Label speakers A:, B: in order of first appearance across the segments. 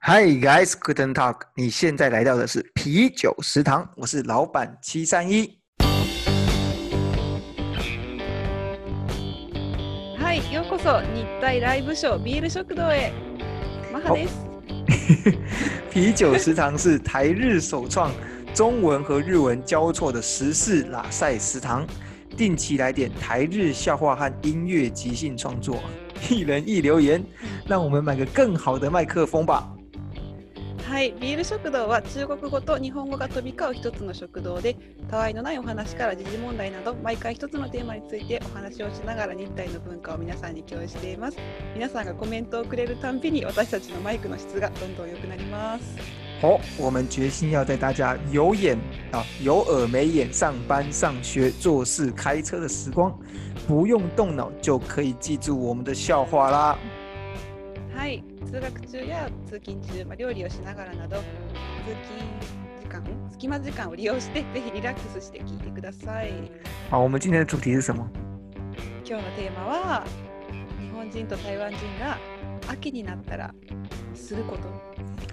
A: Hi guys, g o o d e n talk。你现在来到的是啤酒食堂，我是老板七三一。
B: はい、ようこそ日体ライブショービール食堂へ。マハです。
A: 啤酒食堂是台日首创中文和日文交错的时事拉塞食堂，定期来点台日笑话和音乐即兴创作，一人一留言，让我们买个更好的麦克风吧。
B: はい、ビール食堂は中国語と日本語が飛び交う一つの食堂で、たわいのないお話から時事問題など、毎回一つのテーマについてお話をしながら日体の文化を皆さんに共有しています。皆さんがコメントをくれるたんびに私たちのマイクの質がどんどん良くなります。
A: 好、我们决心要带大家有眼啊有耳没眼上班、上学、做事、开车的时光，不用动脑就可以记住我们的笑话啦。
B: はい、通学中や通勤中、まあ、料理をしながらなど、通勤時間、隙間時間を利用して、ぜひリラックスして聞いてください。
A: 好，我们今天的主题是什么？
B: 今日のテーマは日本人と台湾人が秋になったらすること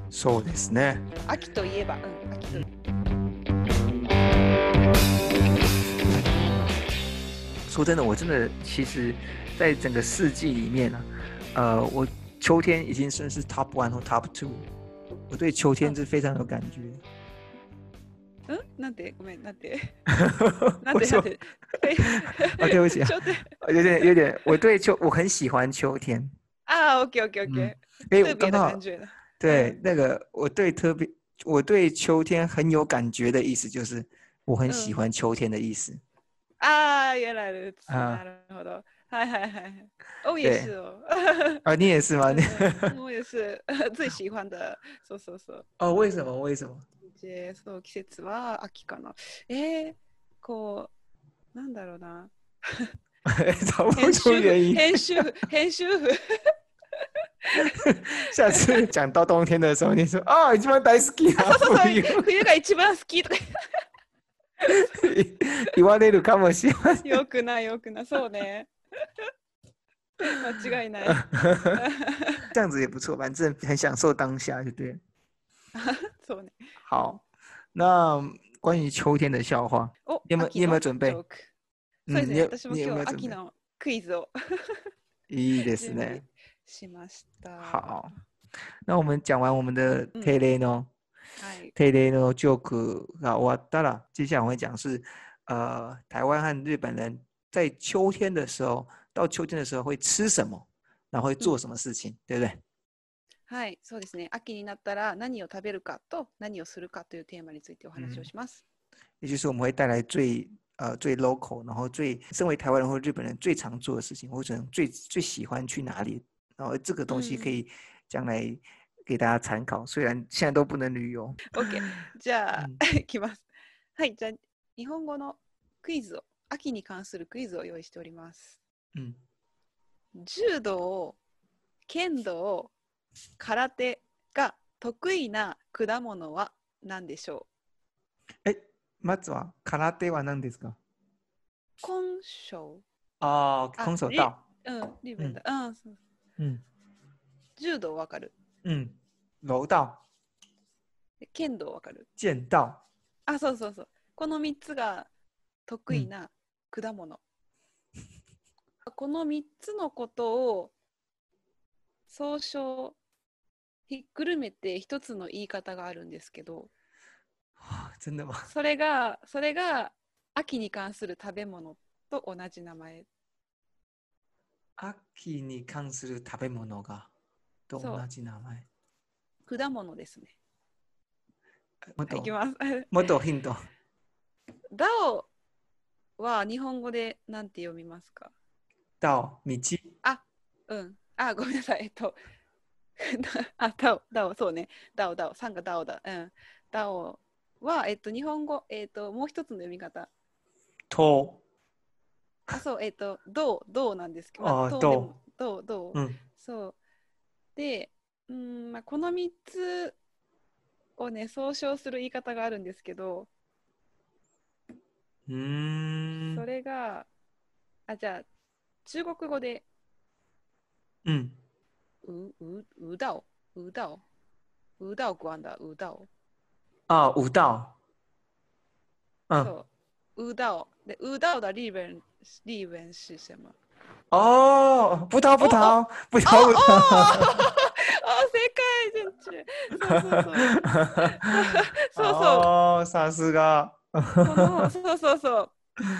A: そうですね。
B: 秋といえば、うん、秋といえば
A: 说真的，我真的其实，在整个四季里面呢、呃，我秋天已经算是 top one 或 top two，我对秋天是非常有感觉。
B: うんなんてごめんなんて な ん
A: 我
B: てな
A: 说
B: んてえ
A: 啊，对不起啊
B: ち，ょっと
A: 有点有点，我对秋我很喜欢秋天，
B: ああオッケーオッケーオッケー
A: 因为
B: 特
A: 我
B: 別
A: 刚
B: な
A: 好
B: 感じだ
A: 对，那个我对特别，我对秋天很有感觉的意思就是我很喜
B: 嗯
A: 欢秋天的意思。
B: ああやられる
A: あ
B: なるほどはいはいはいおいえすよ
A: 啊，你也是吗？你
B: うんおいえす 最喜欢的そうそうそう
A: 哦，为什么？为 什么？
B: でそう季節は秋かなえー、こうなんだろうな
A: 找不
B: 編
A: 出
B: 集
A: 原
B: 部
A: 因。
B: 編集部編集部
A: 下 次讲到冬天的时候，你说啊，一番大好きな
B: そう
A: 冬
B: 冬が一番好きとか
A: 言われるかもしれない。
B: よくないよくないそうね間違いない
A: 这样子也不错，反正很享受当下，就对了。
B: そうね
A: 好，那关于秋天的笑话，
B: お
A: 你有没有
B: 秋の
A: 你有没有准備
B: ジョークそうです
A: 你
B: ね
A: 有
B: 私も
A: 你有
B: 今
A: 没有
B: 日
A: 准
B: 秋
A: 备？
B: のクイズを
A: いいです
B: 準
A: ね
B: 備。しました
A: 好，那我们讲完我们的
B: 嗯
A: t e l e n o
B: はい
A: t e l e n o joke が終わったら，接呃下来我会讲是，呃，台湾和日本人在秋天的时候，到秋天的时候会吃什么，然后会做什么事
B: 嗯
A: 情，对不对？
B: はいそうですね秋になったら何を食べるかと何をするかというテーマについてお話をします、
A: 也就是我们会带来最呃最 local，然后最身为台湾人或日本人最常做的事情，或者最最喜欢去哪里，然后这个东西可
B: 嗯
A: 以将来给大家参考。虽然现在都不能旅游，
B: OK 呃じゃあ
A: 嗯
B: いきますはいじゃあ日本語のクイズを秋に関するクイズを用意しております
A: 嗯，
B: 柔道、剣道、空手が得意な果物は何でしょ
A: まずは空手は何ですか？
B: う根性、
A: 哦，
B: 啊
A: 空手
B: 日
A: 道。
B: うん、リベンだ、うんそう
A: 嗯
B: 柔道わかる
A: 嗯，柔道、
B: で剣道わかる
A: 剑道、
B: あ、そうそうそう。この3つが得意な果物。この3つのことを総称ひっくるめて一つの言い方があるんですけど、
A: 啊真的吗？
B: それが、それが秋に関する食べ物と同じ名前。
A: 秋に関する食べ物がど
B: そうん
A: な字名前？
B: 果物ですね。
A: もっ
B: はい、い
A: と
B: きます。
A: もっとヒント。
B: ダオは日本語でなんて読みますか
A: 道道
B: うん。あ、ごめんなさい。えっと。 あ、ダオ、ダオ、そうね。ダオ、ダオ、三がダオだ。うん。ダオは、えっと、日本語、えっと、もう一つの読み方。
A: と
B: あ、そう、えっと、ドウ、ドウなんですけど、
A: あー
B: とうでも、ドウ、ドウ。
A: うん
B: そう。で、うーんまあ、この3つをね、総称する言い方があるんですけど、
A: うーん
B: それが、あ、じゃあ、中国語で、
A: うん
B: う、う、うだお、うだお、舞蹈馆的舞蹈。
A: 啊，舞蹈。嗯，
B: そう。舞蹈。で、舞蹈的日本、日本是什么
A: 哦，葡萄，葡萄，葡
B: 哦
A: 萄，
B: 哦
A: 葡萄。
B: あ、正解全中。そうそうそう。そうそう。
A: 哦，さすが。
B: このそうそうそう。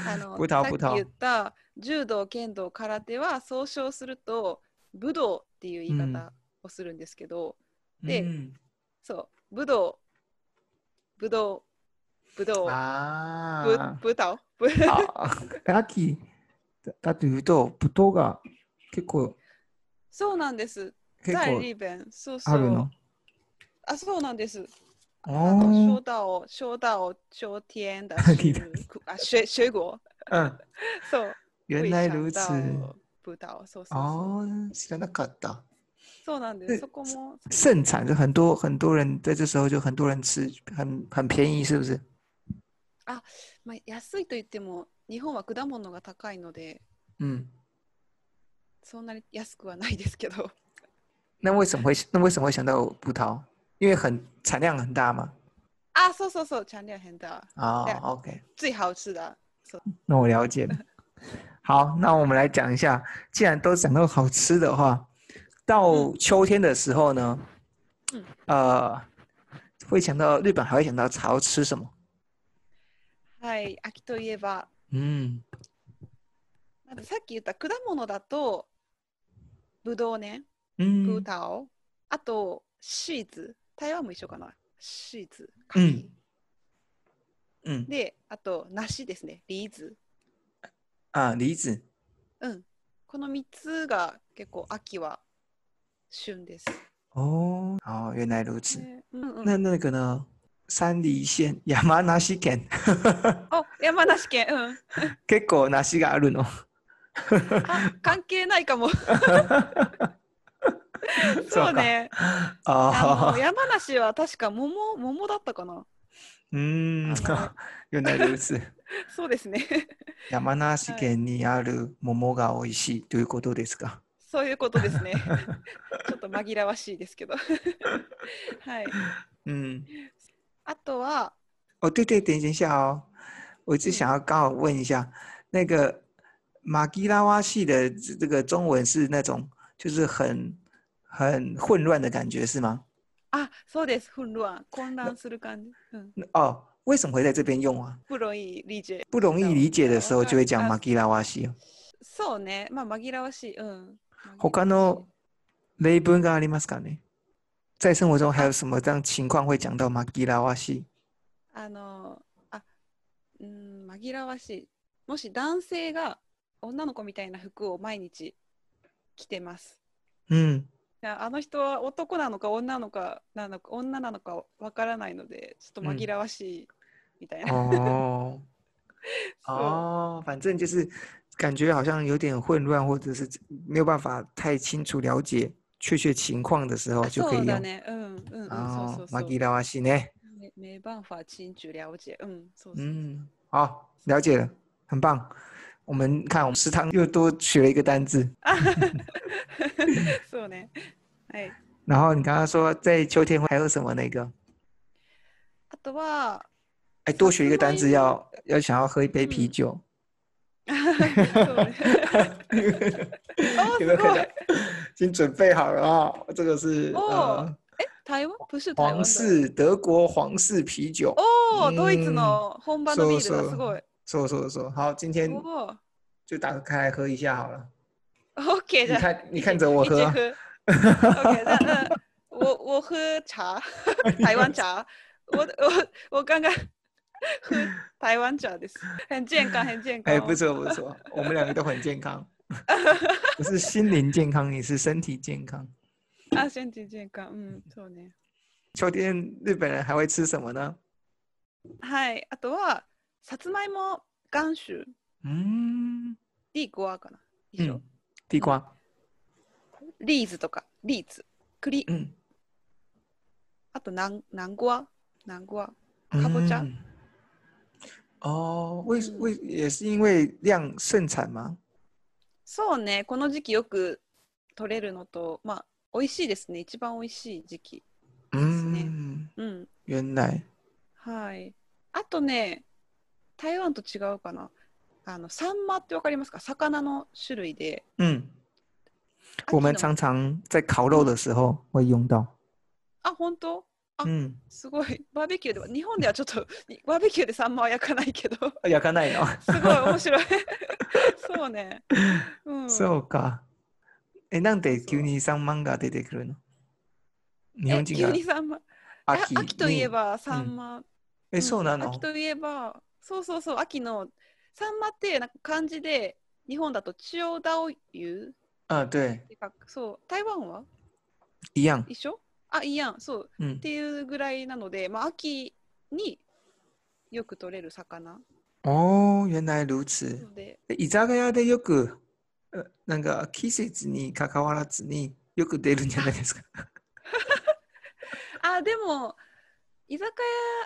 B: あ の
A: 豚
B: さっき
A: 豚
B: 言った柔道、剣道、空手は総称すると武道っていう言い方をするんですけど、で
A: うん
B: そう武道、武道、武道、ぶ
A: あ
B: 武道、ぶ
A: ーあ。ラッキー。だだって言うと、葡萄が結構、
B: そうなんです。
A: 結
B: 在
A: 構
B: リベン、そうそ
A: あるの
B: う。。あ、そうなんです。
A: あ
B: あの、
A: ー
B: 小道、小道、小天的
A: 你
B: 是
A: 的
B: あ、水水果、
A: うん。
B: そう。
A: 原来如此。
B: 武道、そうそうそう。
A: 哦，知らなかった。
B: そうなんです。
A: え
B: そこも
A: 盛产，就很多很多人在这时候就很多人吃，很很便宜，是不是？
B: まあ、安いと言っても日本は果物が高いので
A: 嗯，
B: そんなに安くはないですけど
A: 那为什么会那为什么会想到葡萄？因为很产量很大嘛。
B: あそうそうそうチャンリアヘンダ
A: 啊、
B: 对啊
A: o k
B: 最好吃だ
A: 那我了解了。好，那我们来讲一下，既然都讲到好吃的话，到
B: 嗯
A: 秋天的时候呢，
B: 嗯
A: 呃，会想到日本还会想到潮吃什么？
B: はい秋といえば
A: 嗯，
B: なんかさっき言った果物だとぶどうねブー
A: 嗯
B: タオ、あとシーズ台湾も一緒かなシーズ
A: う
B: 柿、
A: ん嗯
B: であと梨ですねリーズ
A: 啊，梨子
B: うんこの3つが結構秋は旬です、
A: 哦，哦，原来如此。
B: ねうんうん
A: 那那个呢？山梨县亚麻那西県
B: お山梨県うん
A: 結構梨があるの。
B: あ関係ないかも。
A: そ
B: そうう
A: か
B: ね。
A: あ
B: あの
A: あ、
B: 山梨は確か桃桃だったかな。
A: うん、嗯 原来如此。
B: そうですね。
A: 山梨県にある桃が美味しいということですか。
B: そういうこと ですね。ちょっと紛らわしいです けど。はい。
A: 嗯，
B: あとは、
A: 哦，对对，等一下哦，我就想要刚好问一下，那个马吉拉哇系的这这个中文是那种就是很很混乱的感觉是吗？
B: あ、そうです。混乱、混乱する感じ。うん。
A: 哦，为什么会在这边用啊？
B: プロイリジェ。
A: 不容易理解的时候就会讲
B: あ
A: 马吉拉哇系。
B: そうね。まあ紛らわしい。うん。
A: 他の例文がありますかね？在生活中还有什么这样情况会讲到马吉拉哇系？
B: あのあうん紛らわしいもし男性が女の子みたいな服を毎日着てます
A: 嗯，
B: いやあの人は男なのか女なのかなのか女なのかわからないのでちょっと紛らわしいみたいな、
A: 哦
B: そう
A: 哦，反正就是感觉好像有点混乱，或者是没有办法太清楚了解确切情况的时候
B: あ
A: 就可
B: そ
A: 以
B: うだ
A: 用。
B: ねうんうんうんそうそ
A: 哦
B: う，
A: 马
B: そう
A: 吉拉哇系呢？
B: め没办法清楚了解うんそうそう、
A: 嗯，好，了解了，很棒。我们看，我们食堂又多学了一个单字。
B: そうねはい
A: 然后你刚刚说在秋天还有什么那个？
B: あとは
A: 哎，多学一个单
B: 萨
A: 字
B: 斯麦
A: 要要想要喝一杯啤
B: 嗯
A: 酒，
B: そうねあ
A: 有
B: す
A: 没有可
B: ごい
A: 能？已经准备好了啊、这个是、
B: 哦台湾不是
A: 呃
B: 台湾
A: 皇
B: 的哦
A: 室德国皇室啤酒。う
B: おお、
A: ん
B: ドイツの本場のビール
A: そうそう
B: だ、すごい。
A: 说说说，好，今天
B: おお、
A: 就打开来喝一下好了。
B: OK
A: 你
B: じゃあ。
A: 看，你看着我喝
B: 一
A: 啊。
B: 直喝 OK，那那我我喝 茶，台湾茶。我我我刚刚喝台湾茶です。很健康，很健康。
A: 哎，不错不 错，我们两个都很健康。不是心灵健康，也是身体健康。
B: あ、身体健康。うん、そうね。
A: 秋天日本人还会吃什么呢？
B: はい、あとはさつまいも、元酒、
A: 嗯
B: リーコアかな。以上
A: 嗯，地瓜。
B: リーズとか、リーズ、栗、
A: 嗯，
B: あと南南瓜、南瓜。卡布加
A: 嗯哦，为
B: 嗯
A: 为也是因为量盛产吗？
B: そうね、この時期よく取れるのと、まあ、美味しいですね、一番美味しい時期。
A: うー
B: ね
A: ん、
B: うん。
A: 嗯原来。
B: はい。あとね、台湾と違うかな。あの、サンマってわかりますか魚の種類で。
A: 嗯，我们
B: 秋の
A: 常常在烤肉的时候会用到。
B: あ、本当あ
A: 嗯，
B: すごい。バーベキューでは、日本ではちょっと、 にバーベキューでサンマは焼かな いけど、
A: 焼かないの。
B: すごい面白い。そうね。うん。
A: そうか。え、なんで急にサンマンが出てくるの？日
B: え
A: 本人
B: 急
A: が
B: にサンマ。あ
A: 秋
B: 秋といえ
A: に。
B: ばサンマ。
A: え、そうな
B: 秋
A: の？
B: といえば、そうそうそう、秋のサンマってなんか漢字で日本だと千代田を言う
A: あ、对，
B: って書くそう、台湾は
A: 一样。
B: 一緒あ、いいやん、そう。
A: 嗯
B: っていうぐらいなので、まあ、秋によく取れる魚
A: 哦，原来如此。
B: ので、
A: 居酒屋でよく、えなんか季節に関わらずによく出るんじゃないですか。
B: あ、でも、居酒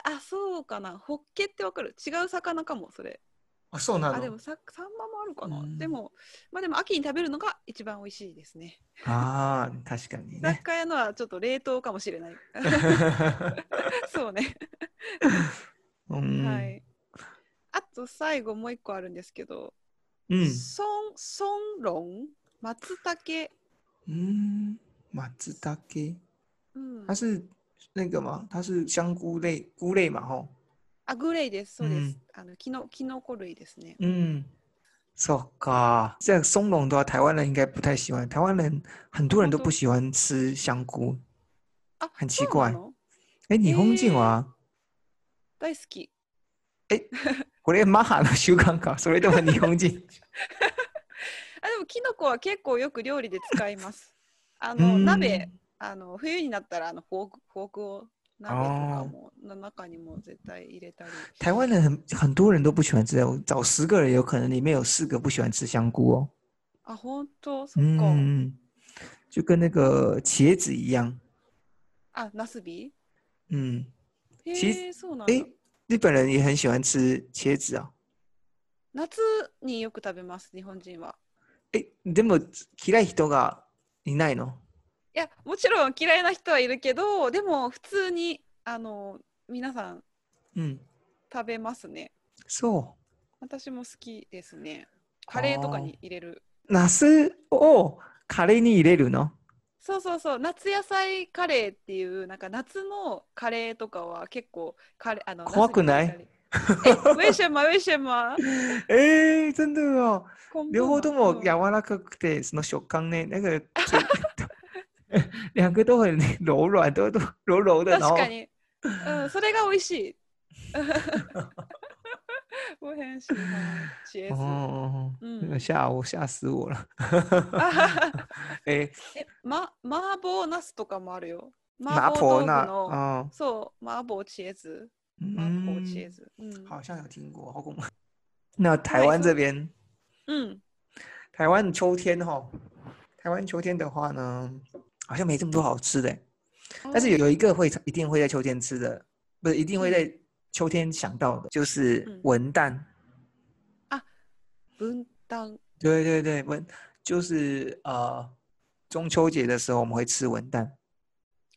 B: 屋、あ、そうかな、ホッケってわかる違う魚かも、それ。
A: あ、そうな
B: あ、で
A: の
B: も。さ、サンマもあるかな。
A: うん
B: でも、まあでも、秋に食べるのが一番美味しいですね。
A: ああ、確かに
B: 居
A: ね。
B: 酒屋のはちょっと冷凍かもしれ ない。そうね。
A: うん、
B: はい。あと最後もう一個あるんですけど、
A: うん。
B: ソンソンロン松茸、
A: 嗯，马自达给，
B: うん
A: 它、是那个嘛，它是香菇类菇类嘛，吼。
B: あグレイですそうです、
A: うん
B: あのキノキノコ类ですね。
A: 嗯，そうか。这样松茸的话，台湾人应该不太喜欢。台湾人很多人都
B: 本当
A: 不喜欢吃香菇。
B: あ、
A: 很奇
B: そうな
A: 怪
B: の
A: 哎，日本人は
B: 大好き。
A: これマハの習慣か、それとも日本人？
B: あでもキノコは結構よく料理で使い ます。あの鍋
A: 嗯
B: あの冬になったらあのフォークフォークを鍋とかもの中にも絶対入れたり。
A: 台湾人很很多人都不喜欢吃香菇，找十个人有可能里面有四个不喜欢吃香菇哦。
B: あ本当そっか。
A: 嗯，就跟那个茄子一样。
B: あナスビ？
A: 嗯，
B: へ
A: し
B: えそうなんだ。
A: 哎，日本人也很喜欢吃茄子啊、
B: 夏によく食べます日本人は。
A: え、でも嫌い人がいないの
B: いやもちろん嫌いな人はいるけどでも普通にあの皆さん
A: うん。
B: 食べますね
A: そ
B: 私も好きですねカレーとかに入れる
A: う。ナスをカレーに入れるの
B: そうそうそう夏野菜カレーっていうなんか夏のカレーとかは結構カレーあの
A: 怖くない
B: ナスに入れたりえウェイシェマウェイシェマ
A: えー、真的哦。
B: こんばん
A: 両
B: は
A: 方と
B: う
A: も
B: ん
A: 柔らかくて、その食感ね、那个嘴两个都很柔软，都都柔柔的，然
B: 確
A: 后
B: かに、うん、それが美味 しいご返信はいチェーズ
A: 哦，
B: 嗯
A: 那个吓我吓死我了。
B: あはは
A: 哎，
B: え、 ま、麻婆ナスとかもあるよ。
A: 麻
B: 麻
A: 婆
B: 婆豆腐
A: 那
B: の、
A: 嗯
B: そう、麻婆チェーズ。麻婆チェー
A: 嗯，
B: ズ。うん。
A: 好像有听过，好恐怖。那台
B: 对
A: 湾
B: 就
A: 这边，
B: うん。
A: 台湾秋天哈、台湾秋天的话呢，好像没这么多好吃的欸，但是有有一个会一定会在秋天吃的，不是一定会在秋天想到的，就是
B: 嗯
A: 文旦。
B: 分担。
A: 对对对，文就是呃中秋节的时候我们会吃文旦。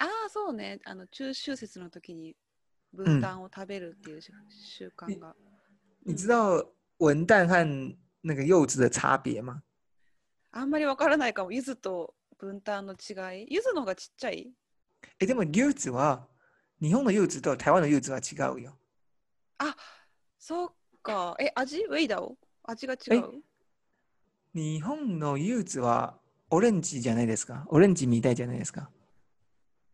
B: ああ、そうね。あの、中秋節の時に分担を食べるっていう習習慣が。
A: 你知
B: 嗯
A: 道文旦和那个柚子的差别吗？
B: あんまりわからないかも。柚子と分担の違い。柚子の方がちっちゃい
A: 诶，でも柚子啊は日本の柚子と台湾の柚子は啊違うよ。
B: あ、そっか。え、味ウェイダオ味が違う
A: 日本の柚子はオレンジじゃないですか？オレンジみたいじゃないですか？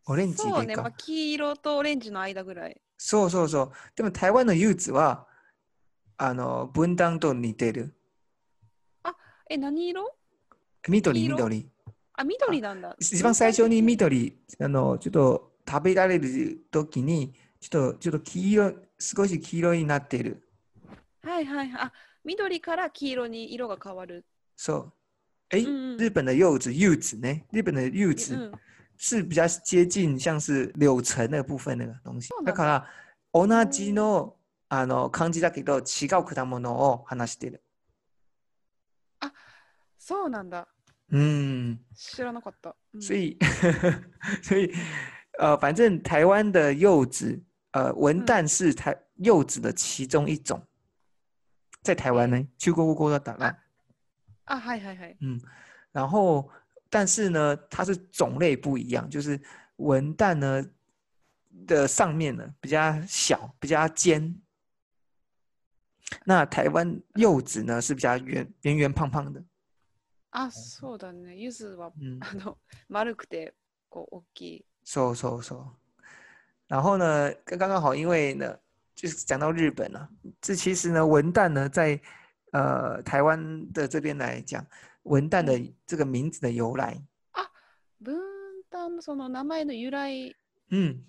A: オレンジで
B: そうね。
A: か
B: まあ、黄色とオレンジの間ぐらい。
A: そうそうそう。でも台湾の柚子は、あの、分断と似てる。
B: え、何色
A: 緑、
B: 黄色
A: 緑。
B: あ、緑なんだ。
A: 一番最初に
B: 分担的
A: 緑、あの、ちょっと食べられる時に、ちょっと、ちょっと黄色、少し黄色になってる。
B: はいはいはい。あ、緑から黄色に色が変わる。
A: そう。え、
B: うんうん
A: 日本的柚子、柚子ね。日本的柚子
B: うん、
A: 是比较接近像是柳橙那部分那个东西
B: そう。
A: だ
B: なんだ
A: から、同じの、あの、漢字だけど違う果物を話してる。
B: そうなんだ。
A: うん。
B: 嗯知らなかった。うん
A: 嗯所以，所以呃，反正台湾的柚子，呃，文旦是台、柚子的其中一种，在台湾呢，去过过过的打烂。
B: あ、はいはいはい。
A: 然后，但是呢，它是种类不一样，就是文旦呢的上面呢比较小，比较尖。那台湾柚子呢是比较圆圆圆胖胖的，
B: あ、そうだね。柚子は
A: 嗯，
B: あの丸くてこう大きい。
A: 瘦瘦瘦。然后呢，刚刚刚好，因为呢，就是讲到日本了、啊这其实呢，文旦呢，在呃台湾的这边来讲，文旦的这个名字的由来，
B: 分担のその名前の由来。
A: うん。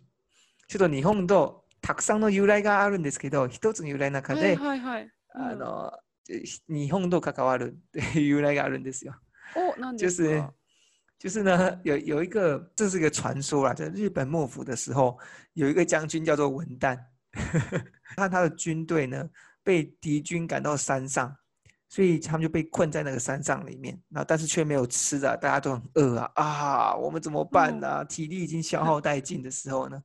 A: ちょっと日本とたくさんの由来があるんですけど、一つの由来の中
B: はい
A: で、
B: はいはい。
A: あのひ日本と関わるっていう由来があるんですよ。
B: お、なん
A: 就
B: です
A: 是
B: か。
A: 就是呢，有有一个这是一个传说啦，在日本幕府的时候，有一个将军叫做文旦， 他他的军队呢被敌军赶到山上，所以他们就被困在那个山上里面，然后但是却没有吃的啊，大家都很饿啊啊，我们怎么办呢、啊？体力已经消耗殆尽的时候呢，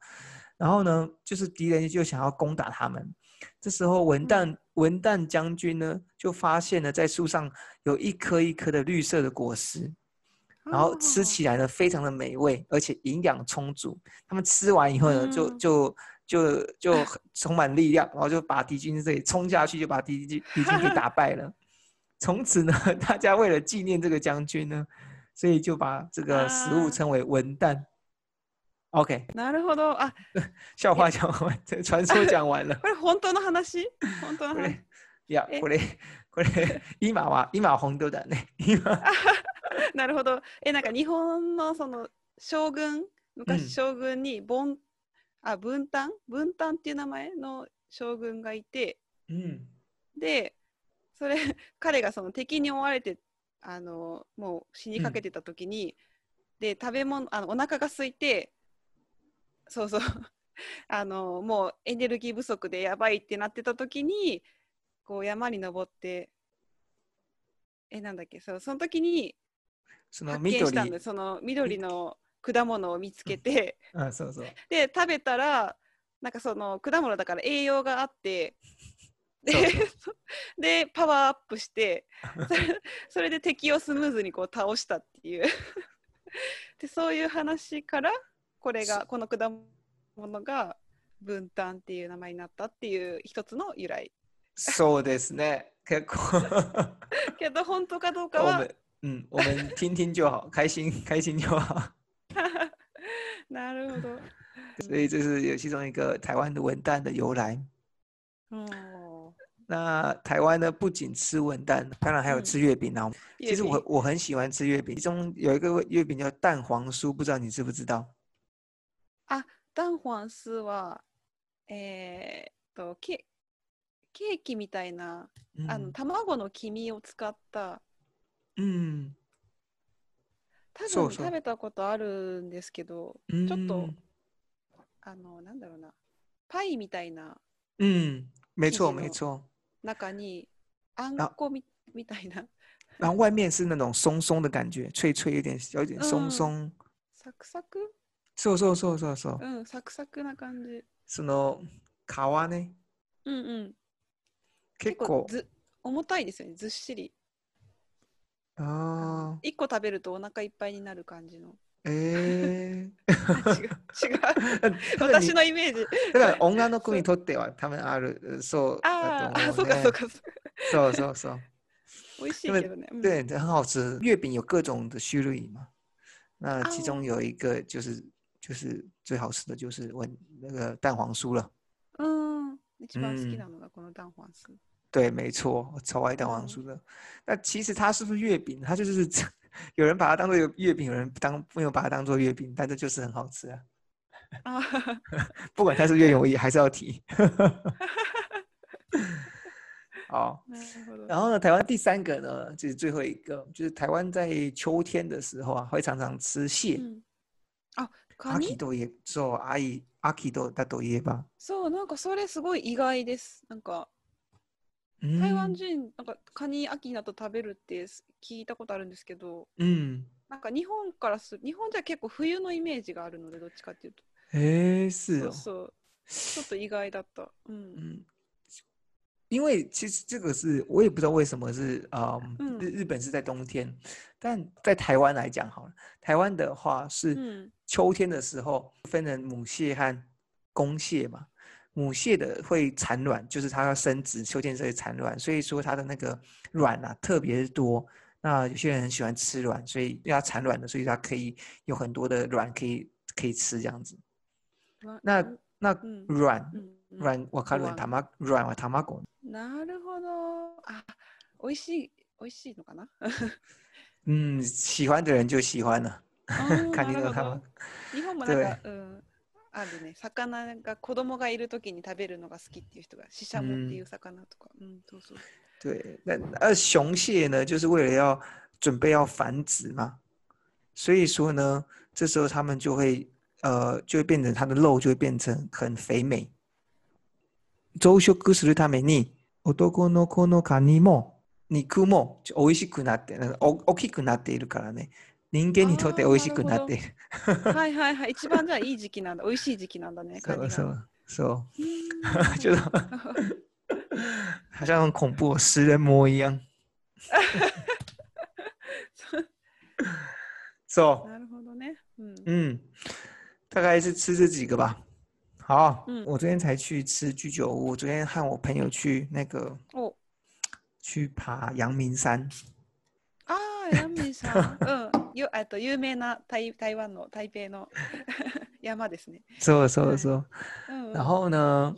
A: 然后呢，就是敌人就想要攻打他们，这时候文旦、文旦将军呢就发现了在树上有一颗一颗的绿色的果实。然后
B: 哦
A: 吃起来呢，非常的美味，而且营养充足。他们吃完以后呢，就
B: 嗯
A: 就就就 很充满力量，然后就把敌军这里冲下去，就把敌军敌军给打败 了。从此呢， 大家为了纪念这个将军呢，所以就把这个食物
B: 啊
A: 称为文旦。OK，
B: なるほど。あ、
A: 笑话讲完，这传说讲完 了。
B: これ本当の話？本当の
A: こ
B: 話
A: れ。いや
B: え
A: これこ れ今は今は本当だね。今
B: なるほど。え、なんか日本のその将軍、
A: うん
B: 昔将軍にボン、あ、分担分担っていう名前の将軍がいて、
A: 嗯
B: で、それ、 彼がその敵に追われて、あの、もう死にかけてた時に、で、食べ物、あの、お腹が空いて、そう そう、あの、もうエネルギー不足でやばいってなってた時に、こう山に登って、え、なんだっけ、そう、その時に、
A: その
B: 発見したん
A: 緑
B: でその緑の果物を見つけて、
A: あそうそう。
B: で食べたらなんかその果物だから栄養があってで
A: そうそ
B: でパワーアップして それそれで敵をスムーズにこう倒したっていう でそういう話からこれがこの果物が分担っていう名前になったっていう一つの由来
A: そうですね。結構
B: けど本当かどうか
A: 我
B: は
A: 们嗯，我们听听就好， 开心开心就好。
B: なるほど。
A: 所以这是有其中一个台湾的文旦的由来。
B: うん
A: 那台湾呢，不仅吃文旦，当然还有
B: 嗯
A: 吃月饼啊。其实我
B: ゆう
A: 我很喜欢吃月饼，其中有一个月饼叫蛋黄酥，不知道你知不知道？
B: ダンファンスは、えーっとケ、ケーキみたいな、あの
A: 嗯
B: 卵の黄身を使った、
A: 嗯
B: 多
A: そう
B: 分
A: そう
B: 食べたことあるんですけど、
A: 嗯，
B: ちょっとあの、なんだろうな、パイみたいな
A: 嗯，没错
B: 生
A: 没
B: 地の
A: 错。
B: 中に、あん
A: あ
B: こみみたいな、
A: 然后外面是那种松松的感觉，脆脆有点有点松
B: 嗯
A: 松。
B: サクサク
A: そうそうそうそうそう
B: う。ん、サクサクな感じ。
A: その皮ね、
B: うんうん。
A: 結
B: 結構
A: 構
B: ず、重たいですよね、ずっしり。あ
A: ああ
B: の。1個食べるとお腹いっぱいになる感 じの。
A: え
B: あ違う、違う。
A: え
B: 私のイメージ。
A: だから女の子にとっては多分あるそうだ
B: あ
A: と
B: ーあ、
A: 思、
B: そううかそ
A: ね。
B: うかそうか。
A: そうそうそう。
B: 美味しいけどね。うん
A: 对，很好吃。月饼有各种的须类嘛，那其
B: 哦
A: 中有一个就是就是最好吃的就是文那个蛋黄酥了。
B: うん。一番好
A: うん
B: きなのがこの蛋黄 酥。
A: 对，没错，我超爱蛋黄
B: 嗯
A: 酥的。那其实它是不是月饼？它就是 有人把它当做月饼，有人当没有把它当做月饼，但这就是很好吃啊。
B: あー
A: 不管它是月饼，我也还是要提。 好，
B: なるほど。
A: 然后呢，台湾第三个呢，就是最后一个，就是台湾在秋天的时候啊，会常常吃蟹
B: う。ん、あ、
A: 阿
B: カ
A: 基
B: ニ
A: 多耶，做哦阿姨阿基多大多耶吧。
B: そう、なんかそれすごい意外です。なんか台湾
A: 嗯
B: 人、なんかカニ秋になると食べるって聞いたことあるんですけど、
A: 嗯，
B: なんか日本からす日本じゃ結構冬のイメージがあるので、どっちかっていうと。
A: 哎，是
B: そう
A: 哦，
B: そう。ちょっと意外だった。うん。
A: 嗯，因为其实这个是我也不知道为什么是啊，
B: 嗯
A: 日日本是在冬天，但在台湾来讲好了，台湾的话是
B: うん。
A: 秋天的时候分成母蟹和公蟹嘛。母蟹的会产卵，就是它要生殖，秋天才会产卵，所以说它的那个卵啊特别多。那有些人很喜欢吃卵，所以要产卵的，所以它可以有很多的卵可以可以吃这样子。
B: わ
A: 那那
B: 嗯
A: 卵
B: うんうん
A: 卵わかる
B: 卵
A: 卵卵は卵。
B: なるほど。あ、美味しい、美味しいのかな。
A: 嗯，喜欢的人就喜欢了，
B: あー
A: 看你
B: な
A: 的
B: るほ
A: 他
B: ど
A: 们。
B: 日本もなんか、うん、あるね。魚が子供がいるときに食べるのが好きっていう人が、シシャモっていう魚とか。うん、そうそう。
A: 对，那而雄蟹呢，就是为了要准备要繁殖嘛，所以说呢，这时候它们就会呃，就会变成它的肉就会变成很肥美。増殖するために男の子のカニも肉もちょ美味しくなって、なんかお大きくなっているからね、人間にとって
B: あー
A: 美味しくなっている。
B: はいはいはい。一番じゃあいい時期なんだ。美味しい時期なんだね。
A: そ
B: カニが
A: うそうそう う， 就是好像很恐怖哦食人魔一样。so
B: ん。。なるほどね。うん。
A: 嗯，大概是吃这几个吧。好，
B: 嗯
A: 我昨天才去吃居酒屋，我昨天和我朋友去那个
B: お、
A: 去爬阳明山，
B: ああ、ヤンミーさん。 うん。ゆ、えっと、有名な台台湾の台北の 山ですね。
A: 说说
B: 对
A: 说，
B: うん、
A: 然后呢，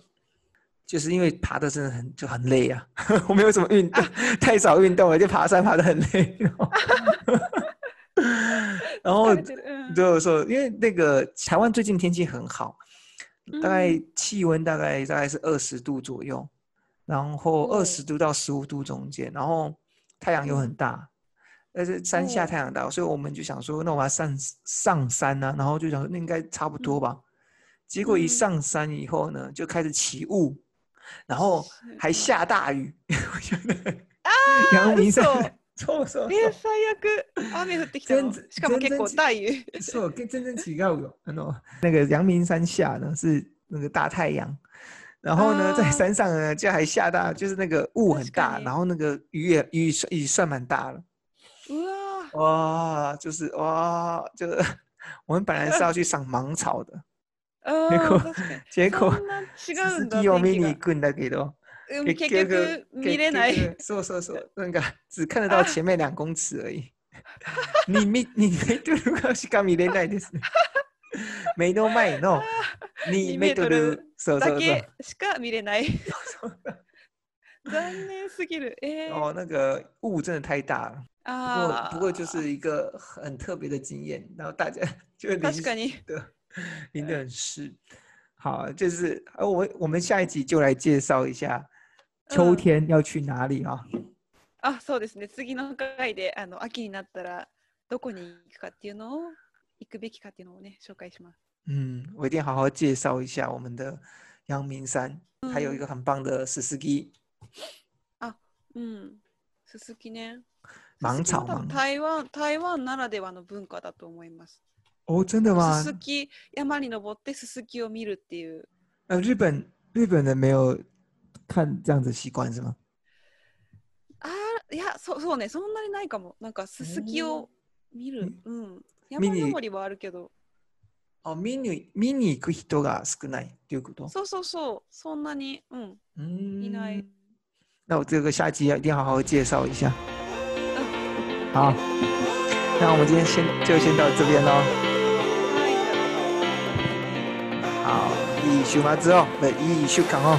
A: 就是因为爬的真的很就很累啊， 我没有什么运动，太少运动了，就爬山爬的很累，然后然后
B: 疲れてるうん
A: 就是说，因为那个台湾最近天气很好，大概
B: 嗯
A: 气温大概大概是二十度左右，然后
B: 哦
A: 二十度到十五度中间，然后太阳又很大，但是山下
B: 哦
A: 太阳大，所以我们就想说，那我们要上上山呢、啊，然后就想说那应该差不多吧。结果一
B: 嗯
A: 上山以后呢，就开始起雾，然后还下大雨， 我觉得
B: 啊
A: 阳明山
B: 嘘，
A: 错错
B: えー最悪雨降ってきた
A: 全然
B: のしかも結構
A: 全
B: 大雨
A: そう、跟真正乞丐有，あの那个阳明山下呢是那个大太阳，然后呢、在
B: 啊
A: 山上呢就还下大，就是那个雾很
B: 確か
A: 大，
B: に
A: 然哦后那个雨也雨算雨算蛮大了，
B: うわ
A: 哇，就是哇，就是 我们本来是要去赏芒草的，
B: ー
A: 結構
B: あー確かに
A: 结果
B: そんな違うんだ
A: 続きを
B: 天
A: 見
B: 気
A: に行
B: が
A: くんだけど、
B: うん
A: 結
B: 結
A: 局
B: 局見れない
A: 結局そうそうそう、なんか只看得到前面两公尺而 已。にみにメートルがしか見れない ですね。目の前 の2メ
B: 2
A: ー
B: メー
A: ト
B: ト
A: ル
B: ル、
A: そうそ
B: だ
A: うそう
B: け。しか見れない 残念すぎるえー
A: 哦，那个雾真的太大了。不
B: あ
A: 过
B: ー
A: 不过就是一个很特别的经验，然后大 家就淋
B: 確かに
A: 的淋得很湿。好，就是呃，我我们下一集就来介绍一下秋
B: 嗯
A: 天要去哪里啊、
B: あそうですね次の回であの秋になったらどこに行くかっていうのを行くべきかっていうのをね紹介します
A: 嗯，我一定好好介绍一下我们的阳明山，还有一
B: 嗯
A: 个很棒的十四基。
B: うんすすきね
A: 芒草
B: 多
A: 芒
B: 分台湾台湾ならではの文化だと思います。
A: 哦，真的吗
B: す？すき山に登ってすすきを見るっていう。
A: 呃，日本日本人没有看这样子习惯是吗？
B: あーいやそうそうねそんなにないかも。なんかすすきを見る。うん。
A: 見
B: 山
A: に
B: 登りはあるけど。
A: 哦，見に見に行く人が少ないということ。
B: そうそうそう。そんなに。うん。うん
A: 嗯，
B: いない。
A: 那我这个下集要一定好好介绍一下。嗯好，那我们今天先就先到这边喽。
B: はいじゃあ
A: 好，一週末を、哦不一週間を、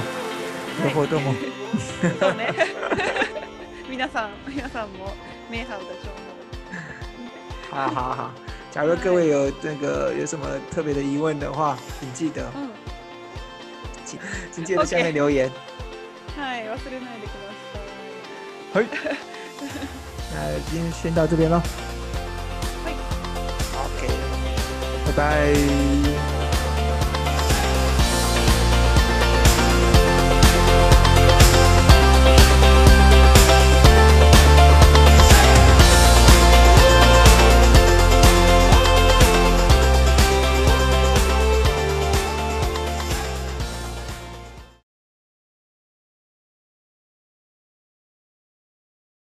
A: 両方とも。
B: そうね。皆さん、皆さんも、名ハウダ長
A: 好好好，假如各位有那个有什么特别的疑问的话，请记得
B: うん。
A: 请记得下面
B: OK
A: 留言。
B: はい、忘れないでくだ
A: 嘿，那今天先到这边喽。
B: はい
A: ，OK，拜拜。